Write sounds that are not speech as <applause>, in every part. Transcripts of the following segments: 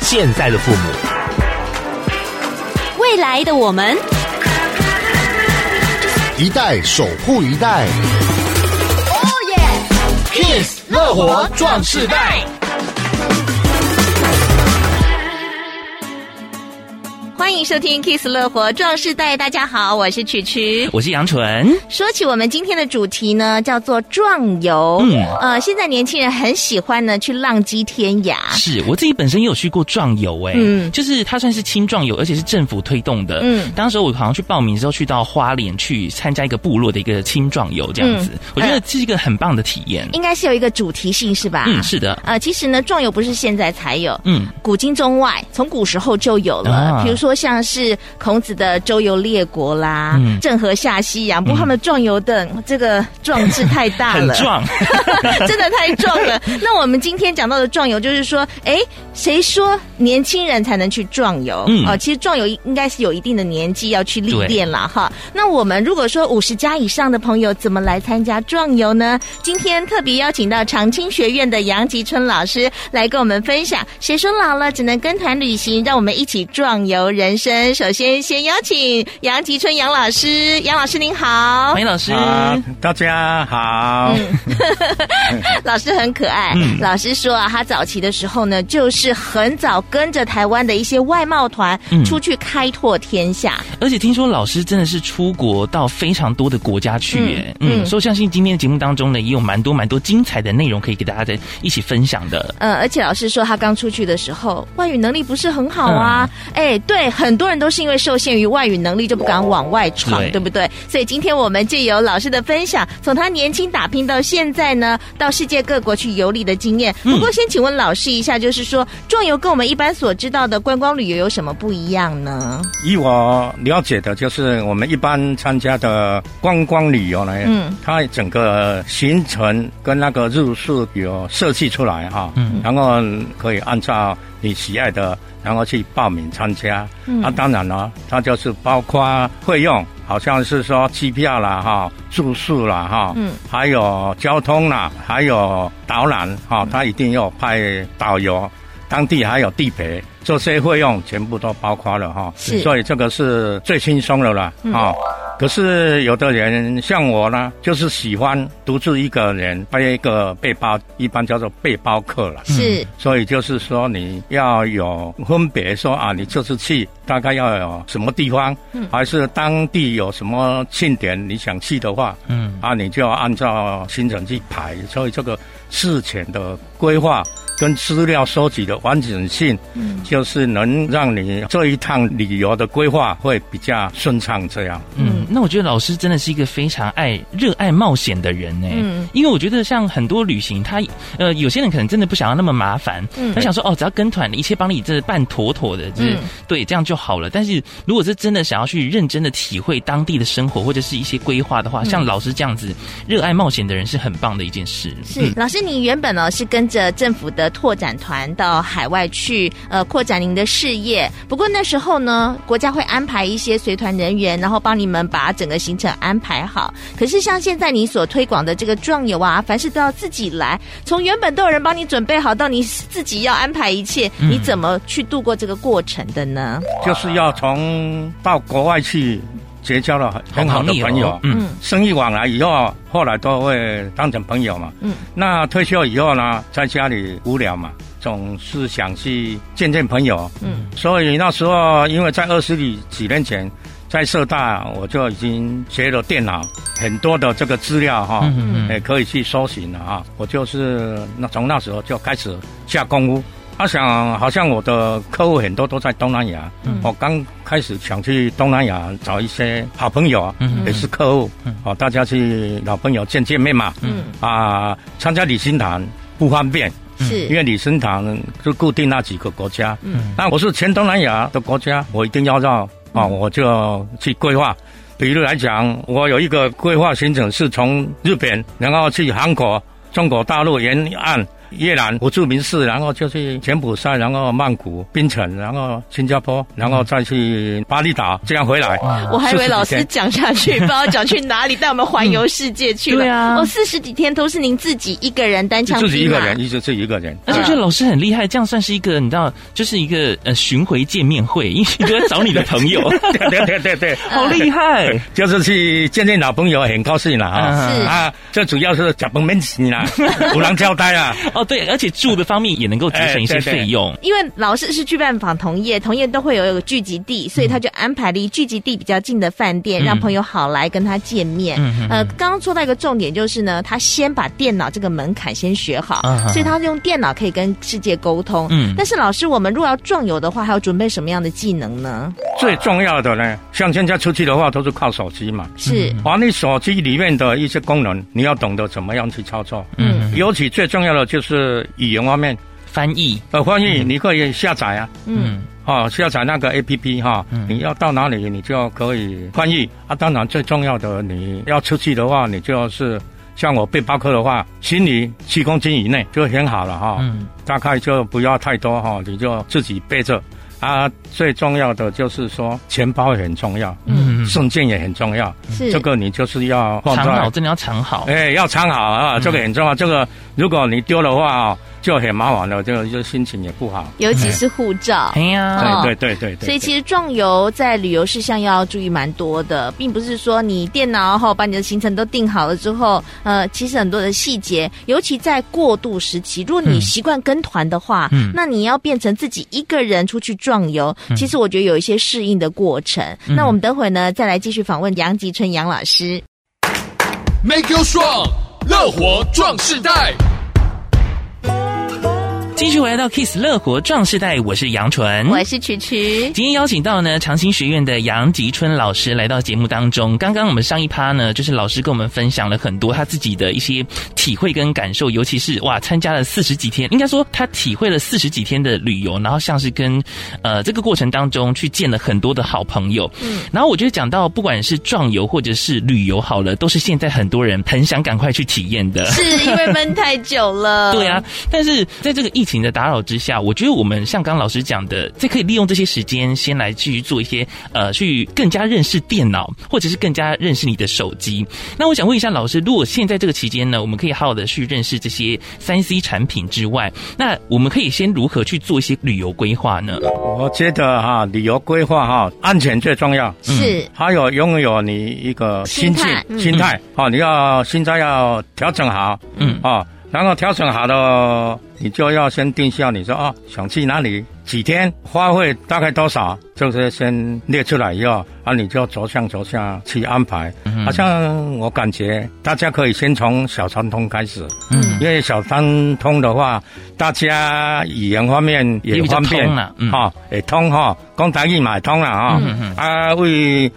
现在的父母。未来的我们，一代守护一代。 Kiss 乐活壮士代。欢迎收听《Kiss 乐活壮士代》。大家好，我是曲曲。我是杨纯，说起我们今天的主题呢，叫做壮游。嗯呃，现在年轻人很喜欢呢去浪迹天涯。是我自己本身也有去过壮游哎，嗯就是它算是青壮游，而且是政府推动的。嗯嗯，当时我好像去报名的时候，去到花莲去参加一个部落的一个青壮游这样子，嗯我觉得这是一个很棒的体验。应该是有一个主题性是吧？嗯，是的，呃，其实呢，壮游不是现在才有，嗯，古今中外，从古时候就有了。啊比如说像是孔子的周游列国啦，嗯郑和下西洋，不过他们壮游的这个壮志太大很了，壮， <laughs> 真的太壮了。那我们今天讲到的壮游，就是说，哎，谁说年轻人才能去壮游？嗯哦，其实壮游应该是有一定的年纪要去历练了哈。那我们如果说五十加以上的朋友，怎么来参加壮游呢？今天特别邀请到长青学院的杨吉春老师来跟我们分享，谁说老了只能跟团旅行？让我们一起壮游人生。首先，先邀请杨吉春杨老师，杨老师您好梅。哎老师，啊，大家好。老师很可爱。嗯老师说啊，他早期的时候呢，就是很早跟着台湾的一些外贸团嗯出去开拓天下。而且听说老师真的是出国到非常多的国家去耶，嗯嗯，嗯所以我相信今天的节目当中呢，也有蛮多蛮多精彩的内容可以给大家在一起分享的。呃，而且老师说他刚出去的时候，外语能力不是很好啊。嗯哎、对，很多人都是因为受限于外语能力，就不敢往外闯，对对不对？所以今天我们借由老师的分享，从他年轻打拼到现在呢，到世界各国去游历的经验。嗯不过，先请问老师一下，就是说壮游跟我们一般所知道的观光旅游有什么不一样呢？嗯以我了解的，就是我们一般参加的观光旅游呢，嗯它整个行程跟那个日数有设计出来哈、嗯然后可以按照你喜爱的，然后去报名参加。嗯啊，当然了，它就是包括费用，好像是说机票啦哈、住宿啦哈、嗯还有交通啦，还有导览哈、它一定要派导游，当地还有地陪，这些费用全部都包括了哈、是所以这个是最轻松的啦嗯啊、可是有的人像我呢，就是喜欢独自一个人背一个背包，一般叫做背包客了。是。所以就是说，你要有分别说啊，你这次去大概要有什么地方，嗯还是当地有什么庆典你想去的话，嗯，啊，你就要按照行程去排。所以这个事前的规划跟资料收集的完整性，嗯就是能让你这一趟旅游的规划会比较顺畅。这样，嗯，那我觉得老师真的是一个非常爱、热爱冒险的人呢。嗯因为我觉得像很多旅行，他呃有些人可能真的不想要那么麻烦，嗯他想说哦，只要跟团，一切帮你这办妥妥的，就是、嗯对这样就好了。但是如果是真的想要去认真的体会当地的生活或者是一些规划的话，像老师这样子热爱冒险的人是很棒的一件事。嗯是，老师，你原本呢是跟着政府的拓展团到海外去，呃，扩展您的事业。不过那时候呢，国家会安排一些随团人员，然后帮你们把整个行程安排好。可是像现在你所推广的这个壮游啊，凡事都要自己来，从原本都有人帮你准备好，到你自己要安排一切，你怎么去度过这个过程的呢？就是要从到国外去结交了很好的好朋朋友友哦，嗯生意往来以后，后来都会当成朋友嘛。嗯，那退休以后呢，在家里无聊嘛，总是想去见见朋友。嗯，所以那时候，因为在二十几几年前，在社大我就已经学了电脑，很多的这个资料哈、嗯嗯嗯，也可以去搜寻了啊。我就是那从那时候就开始下功夫。他想，好像我的客户很多都在东南亚，嗯我刚开始想去东南亚找一些好朋友，啊嗯也是客户嗯，哦，大家去老朋友见见面嘛。嗯，啊，参加旅行团不方便，是，因为旅行团就固定那几个国家。嗯那我是全东南亚的国家，我一定要绕啊，嗯我就去规划。比如来讲，我有一个规划行程是从日本，然后去韩国、中国大陆沿岸，越南无著名市，然后就去柬埔寨，然后曼谷、槟城，然后新加坡，然后再去巴厘岛，这样回来。哦我还以为老40师天讲下去，不知道讲去哪里，带我们环游世界去了。对啊哦，四十几天都是您自己一个人单枪自己匹一个马，人，一直是一个人。而且这老师很厉害，这样算是一个你知道，就是一个呃巡回见面会，因为你都在找你的朋友，对 <laughs> 对对对对，好厉害！就是去见见老朋友，很高兴了嗯啊！是啊，这主要是假崩面子啦，有人交代啊。 <laughs> 哦，对，而且住的方面也能够节省一些哎对对费用。因为老师是去拜访同业，同业都会有一个聚集地，所以他就安排离聚集地比较近的饭店，让朋友好来跟他见面。嗯嗯嗯呃，刚刚说到一个重点，就是呢，他先把电脑这个门槛先学好，嗯嗯所以他用电脑可以跟世界沟通。嗯但是老师，我们如果要壮游的话，还要准备什么样的技能呢？最重要的呢，像现在出去的话都是靠手机嘛，是，把你手机里面的一些功能，你要懂得怎么样去操作。嗯尤其最重要的就是语言方面，翻译，呃，翻译你可以下载啊，嗯，哦，下载那个 A P P 哈，你要到哪里你就可以翻译啊。当然最重要的，你要出去的话，你就是像我背包客的话，行李七公斤以内就很好了哈。嗯，大概就不要太多哈，你就自己背着。啊，最重要的就是说，钱包也很重要，嗯证件也很重要。嗯是这个你就是要放藏好在，真的要藏好。哎，要藏好啊，这个很重要。这个如果你丢的话哦，就很麻烦了，这个就心情也不好。尤其是护照。哎呀，哦对对对对对。所以其实壮游在旅游事项要注意蛮多的，并不是说你电脑后把你的行程都定好了之后，呃，其实很多的细节，尤其在过渡时期，如果你嗯习惯跟团的话，嗯那你要变成自己一个人出去壮游，其实我觉得有一些适应的过程。嗯那我们等会呢再来继续访问杨吉春杨老师。 ，Make you strong，乐活壮士代。继续回来到 Kiss 乐活壮士代，我是杨纯，我是曲曲，今天邀请到呢长兴学院的杨吉春老师来到节目当中。刚刚我们上一趴呢，就是老师跟我们分享了很多他自己的一些体会跟感受，尤其是哇，参加了四十几天，应该说他体会了四十几天的旅游，然后像是跟呃这个过程当中去见了很多的好朋友。嗯，然后我觉得讲到不管是壮游或者是旅游好了，都是现在很多人很想赶快去体验的。是因为闷太久了， <laughs> 对啊，，但是在这个疫情的打扰之下，我觉得我们像刚刚老师讲的，这可以利用这些时间，先来去做一些呃，去更加认识电脑，或者是更加认识你的手机。那我想问一下老师，如果现在这个期间呢，我们可以好好的去认识这些三 C 产品之外，那我们可以先如何去做一些旅游规划呢？我觉得哈、旅游规划哈，安全最重要，嗯是。还有拥有你一个心境心态、嗯心态，哦，你要心态要调整好，嗯哦，然后调整好了，你就要先定下你说哦，想去哪里，几天，花费大概多少，就是先列出来以后，啊，你就逐项逐项去安排。嗯好像我感觉大家可以先从小三通开始，嗯因为小三通的话，大家语言方面也也比较方便通啦嗯哈、也通哈，讲台语嘛也通啦哈、嗯嗯啊，为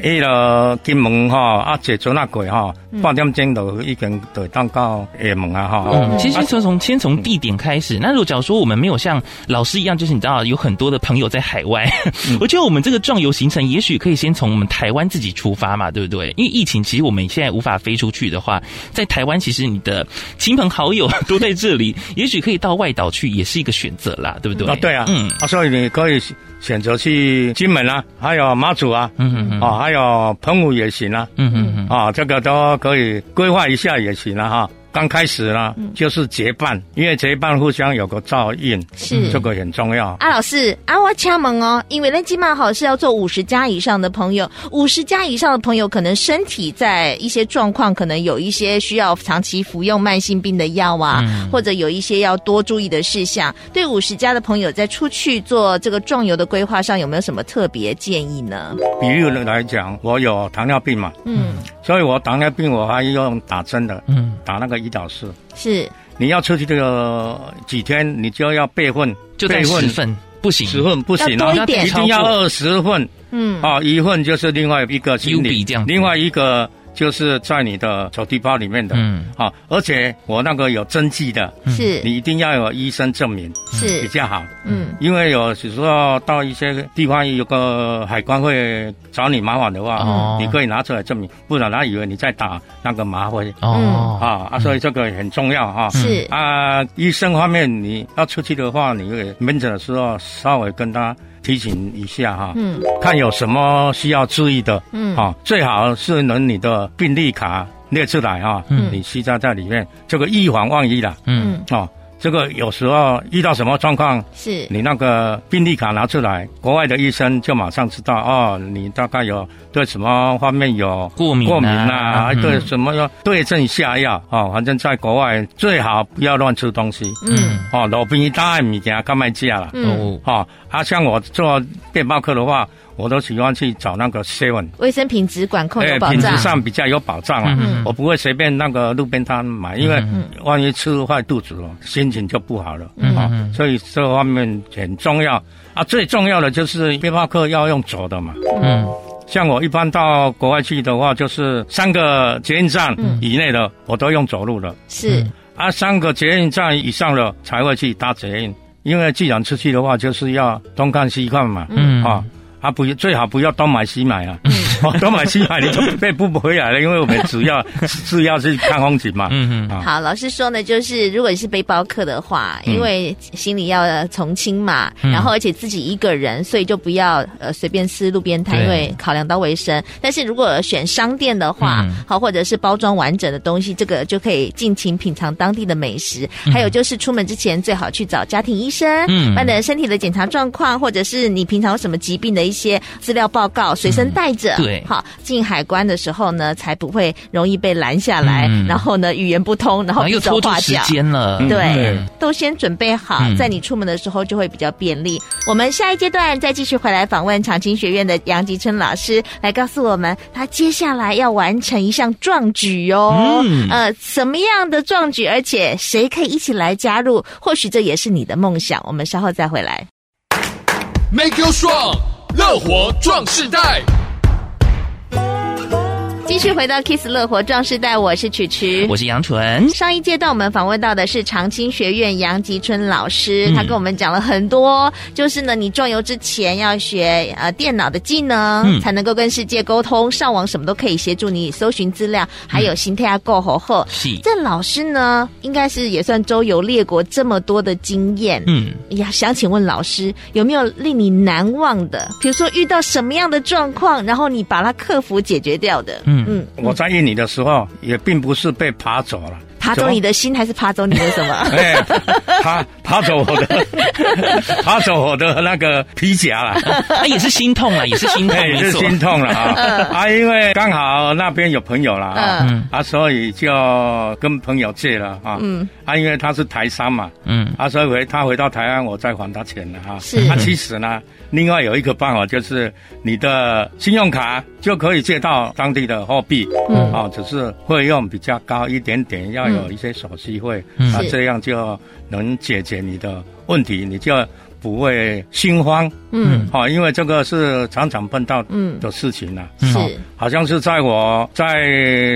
迄个金门哈，啊坐船啊过哈，半点钟就已经就当到厦门啊嗯哈。嗯，其实先从先从地点开始。那如果假如说我们没有像老师一样，就是你知道有很多的朋友在海外，嗯 <laughs> 我觉得我们这个壮游行程也许可以先从我们台湾自己出发嘛，对不对？因为疫情，其实我们现在无法飞出去的话，在台湾其实你的亲朋好友都在这里，也许可以到外岛去，也是一个选择啦，对不对？啊，对啊，嗯啊，所以你可以选择去金门啊，还有马祖啊，嗯嗯嗯啊，还有澎湖也行啊，嗯嗯嗯，啊，这个都可以规划一下也行了、啊哈。刚开始呢，就是结伴，因为结伴互相有个照应，是这个很重要。啊，老师啊，我敲门哦，因为那基本好是要做五十加以上的朋友，五十加以上的朋友可能身体在一些状况，可能有一些需要长期服用慢性病的药啊，嗯或者有一些要多注意的事项。对五十加的朋友在出去做这个壮游的规划上，有没有什么特别建议呢？比如来讲，我有糖尿病嘛，嗯，所以我糖尿病我还用打针的，嗯，打那个胰岛素。是你要出去这个几天，你就要备份，就在备十份份不行，十份不行要啊多一，点一定要二十份嗯啊，一份就是另外一个行优比李这样，子另外一个就是在你的手提包里面的，嗯啊，而且我那个有登记的，是你一定要有医生证明比是，较好，嗯，因为有时候到一些地方有个海关会找你麻烦的话，哦你可以拿出来证明，不然他以为你在打那个麻灰哦，啊啊，所以这个很重要哈。是啊，医生方面你要出去的话，你也门诊的时候稍微跟他提醒一下哈，嗯看有什么需要注意的，嗯啊，最好是能你的病历卡列出来哈，嗯你吸在在里面，这个预防万一啦，嗯嗯啊，这个有时候遇到什么状况，是你那个病历卡拿出来，国外的医生就马上知道哦，你大概有对什么方面有过敏啊过敏啊，嗯对什么要对症下药哦。反正在国外最好不要乱吃东西嗯哦，路边大的物件较卖吃啦。嗯，哦，哦，啊，像我做背包客的话，我都喜欢去找那个 seven，卫生品质管控哦有哎，保品质障，上比较有保障啊。嗯我不会随便那个路边摊买，因为嗯万一吃坏肚子了，哦心情就不好了。嗯啊嗯，所以这方面很重要啊。最重要的就是背包客要用走的嘛。嗯像我一般到国外去的话，就是三个捷运站以内的，我都用走路的。是啊，三个捷运站以上的才会去搭捷运，因为既然出去的话，就是要东看西看嘛。嗯啊啊，不，最好不要东买西买啊！嗯 <laughs> 哦东买西买你就被不回来了，因为我们主 <laughs> 要是要去看风景嘛。嗯嗯，啊好，老师说呢，就是如果你是背包客的话，因为行李要从轻嘛，嗯然后而且自己一个人，所以就不要呃随便吃路边摊，对因为考量到卫生。但是如果选商店的话嗯，好、或者是包装完整的东西，这个就可以尽情品尝当地的美食。还有就是出门之前最好去找家庭医生，嗯把你的身体的检查状况，或者是你平常有什么疾病的一些资料报告随身带着。嗯对好，进海关的时候呢，才不会容易被拦下来，嗯然后。然后呢，语言不通，然好像后比又手拖住画时脚。间了，嗯对对，都先准备好嗯，在你出门的时候就会比较便利。我们下一阶段再继续回来访问长青学院的杨吉春老师，来告诉我们他接下来要完成一项壮举哦。嗯呃，什么样的壮举？而且谁可以一起来加入？或许这也是你的梦想。我们稍后再回来。 ，Make you strong，乐活壮士代。继续回到 Kiss 乐活壮士带，我是曲曲，我是杨 <laughs> 纯，上一阶段我们访问到的是长青学院杨吉春老师，嗯他跟我们讲了很多，就是呢，你壮游之前要学呃电脑的技能，嗯才能够跟世界沟通，上网什么都可以协助你搜寻资料，还有心态要够好后。是，这老师呢，应该是也算周游列国这么多的经验。嗯。哎呀，想请问老师有没有令你难忘的？比如说遇到什么样的状况，然后你把它克服解决掉的？嗯嗯，我在印尼的时候，也并不是被爬走了，爬走你的心还是爬走你的什 <laughs> 么？哎，爬爬走我的，爬走我的那个皮夹了，啊，也是心痛啊，也是心痛， <laughs> 哎，没是错。心痛了啊！啊，因为刚好那边有朋友了啊，嗯啊，所以就跟朋友借了啊。嗯啊，因为他是台商嘛，嗯啊，所以回他回到台湾，我再还他钱了啊。是啊，其实呢，另外有一个办法就是你的信用卡就可以借到当地的货币，嗯啊，只是费用比较高一点点，要有一些手续费，嗯啊，是这样就能解决你的问题，你就不会心慌嗯啊，因为这个是常常碰到嗯，的事情啊。是哦好像是在我在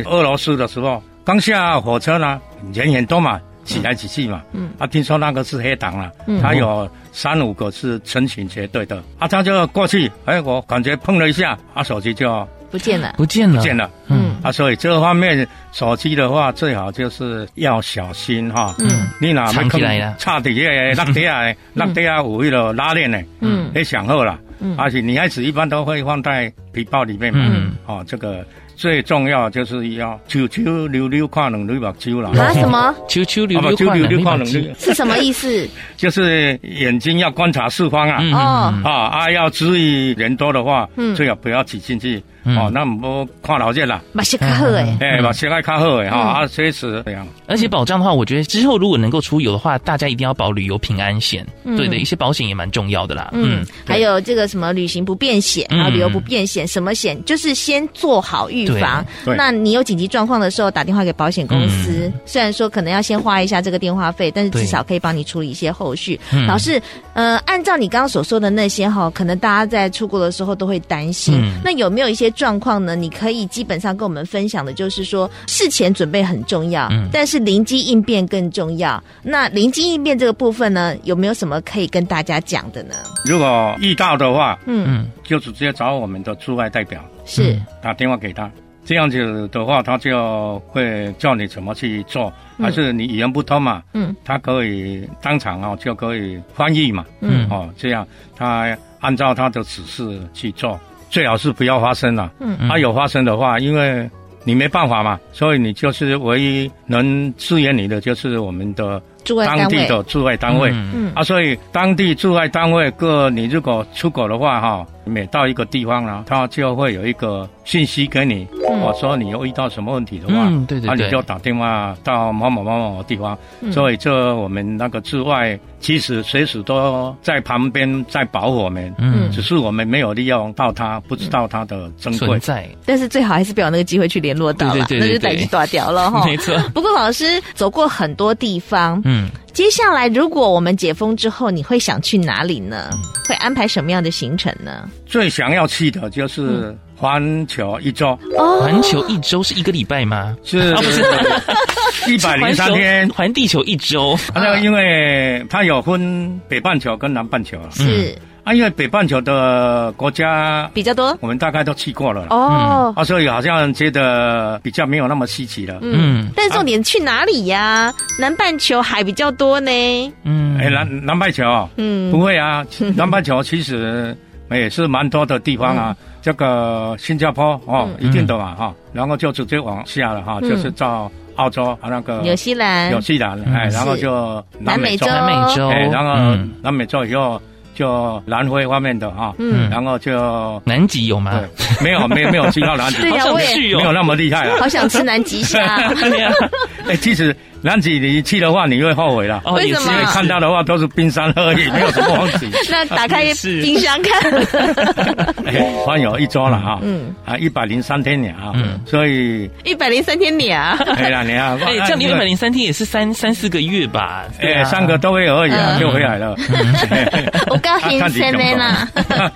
俄罗斯的时候，刚下火车呢，人很多嘛，挤来挤去嘛。嗯啊，听说那个是黑党了，嗯他有三五个是成群结队的，啊，他就过去，哎，我感觉碰了一下，啊，手机就不见了。不见了，不见了。嗯啊，所以这方面手机的话，最好就是要小心哈。嗯你哪藏起来啦啊嗯差底下的、落底下的、啊落底下有迄个拉链的，嗯也想好啊了。嗯而且女孩子一般都会放在皮包里面嘛。嗯哦，这个最重要就是要九九六六看两对目睭啦。啊，什么啾啾溜啊不哦溜看九九了，六没看把两对鸡，是什么意思？就是眼睛要观察四方啊。嗯哦嗯啊啊，要注意人多的话，嗯最好不要挤进去。嗯哦，那唔好看老热啦，马西卡赫哎，哎，把膝盖卡好嗯诶哈，啊，随时这样。而且保障的话，我觉得之后如果能够出游的话，大家一定要保旅游平安险。嗯对的，一些保险也蛮重要的啦。嗯嗯，，还有这个什么旅行不便险，嗯然后旅游不便险，什么险？就是先做好预防。嗯对对那你有紧急状况的时候，打电话给保险公司，虽然说可能要先花一下这个电话费，但是嗯对至少可以帮你处理一些后续。嗯老师，呃，按照你刚刚所说的那些哈，可能大家在出国的时候都会担心嗯。那有没有一些状况呢，你可以基本上跟我们分享的就是说，事前准备很重要，嗯但是灵机应变更重要。那灵机应变这个部分呢，有没有什么可以跟大家讲的呢？如果遇到的话，嗯，嗯，就直接找我们的驻外代表是，打电话给他。这样子的话，他就会教你怎么去做，还是你语言不通嘛，嗯，他可以当场哦就可以翻译嘛，嗯哦，这样他按照他的指示去做，最好是不要发生了。嗯他、有发生的话，因为你没办法嘛，所以你就是唯一能支援你的就是我们的驻外单当地位，的驻外单位。嗯嗯啊，所以当地驻外单位各，你如果出国的话，哈，每到一个地方呢，他就会有一个信息给你，我、说你有遇到什么问题的话，嗯对对啊，对你就打电话到某某某某地方。嗯所以这我们那个驻外其实随时都在旁边在保护我们，嗯只是我们没有利用到它，不知道它的珍贵存。在，但是最好还是不要有那个机会去联络到了，对对对对对那就逮去打 <laughs> 掉了哈没。错，不过老师走过很多地方，嗯。接下来如果我们解封之后，你会想去哪里呢？嗯会安排什么样的行程呢？最想要去的嗯就是环球一周，哦，环球一周是一个礼拜吗？是啊啊，不 <laughs> 是，一百啊零三天。环地球一周。啊，那个因为它有分北半球跟南半球啊，嗯是啊，因为北半球的国家比较多我们大概都去过了嗯啦，哦。啊，所以好像觉得比较没有那么稀奇了。嗯但是重点去哪里呀、南半球海比较多呢。嗯，哎，南南半球哦嗯不会啊，南半球其实也是蛮多的地方嗯啊，这个新加坡哦，一定的嘛哈，然后就直接往下了哈，嗯就是到澳洲啊那呃个纽西兰纽、西兰，哎，嗯然后是就南南美美洲洲，南美洲，哎，然后嗯南美洲以后就南非方面的哈，嗯然后就南极有吗？对，没有没有没有去到 <laughs> 南极，对呀好我想也去没有哦。那么厉害 <laughs> 啊。好想吃南 <laughs> 极虾，对 <laughs> 呀哎，其实南极你去的话，你会后悔了。哦为什么因为也是看到的话都是冰山而已，没有什么风景。那打开也是冰箱看， <laughs> 哎环游一周了啊，嗯啊，一百零三天了啊嗯，所以一百零三天脸啊，哎呀，你啊，哎，这样你一百零三天也是三三四个月吧？对哎啊三个。多月而已啊，嗯就回来了。我高兴 <laughs> 啊看你三讲妹啦吧。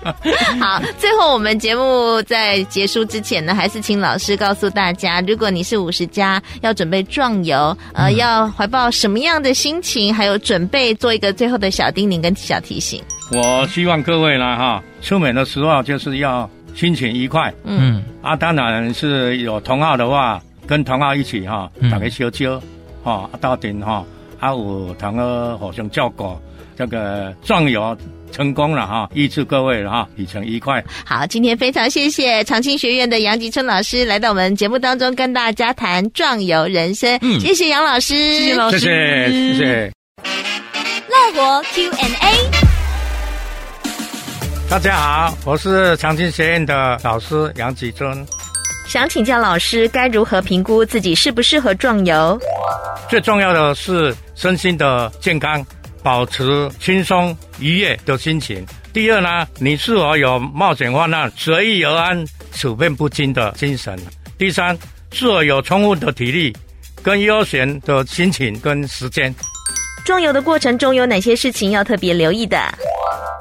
好，最后我们节目在结束之前呢，还是请老师告诉大家，如果你是五十加，要准备壮游，呃，要怀抱什么样的心情，还有准备做一个最后的小叮咛跟小提醒。我希望各位呢哈，出门的时候就是要心情愉快，嗯，啊，当然是有同好的话，跟同好一起哈、嗯大家小酒，吼、啊斗阵吼，啊有同个互相照顾，这个壮游成功了哈、预祝各位了哈、旅程愉快。好，今天非常谢谢长青学院的杨吉春老师来到我们节目当中，跟大家谈壮游人生。嗯谢谢杨老师，谢谢谢老谢师，谢谢谢，乐活 Q&A，大家好，我是长青学院的老师杨启尊。想请教老师，该如何评估自己适不适合壮游？最重要的是身心的健康，保持轻松愉悦的心情。第二呢，你是否有冒险患难、随遇而安、处变不惊的精神？第三，是否有充分的体力、跟悠闲的心情跟时间？壮游的过程中有哪些事情要特别留意的？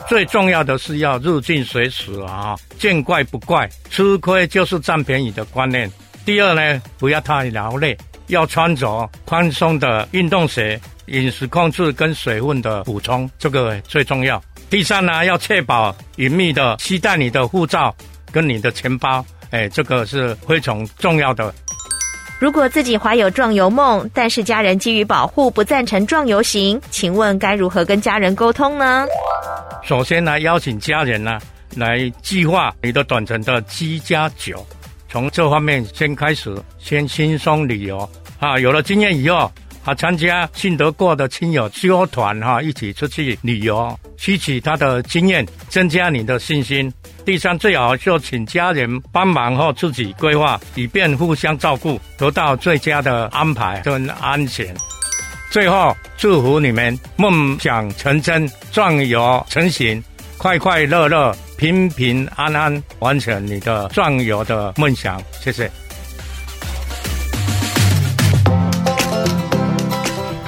最重要的是要入境随俗啊，见怪不怪，吃亏就是占便宜的观念。第二呢，不要太劳累，要穿着宽松的运动鞋，饮食控制跟水分的补充，这个最重要。第三呢，要确保隐秘的携带你的护照跟你的钱包，哎，这个是非常重要的。如果自己怀有壮游梦，但是家人基于保护不赞成壮游行，请问该如何跟家人沟通呢？首先呢，邀请家人呢来计划你的短程的七加九，从这方面先开始，先轻松旅游啊。有了经验以后，啊，参加信得过的亲友纠团哈、一起出去旅游，吸取他的经验，增加你的信心。第三，最好就请家人帮忙或自己规划，以便互相照顾，得到最佳的安排跟安全。最后，祝福你们梦想成真，壮游成行，快快乐乐，平平安安，完成你的壮游的梦想。谢谢。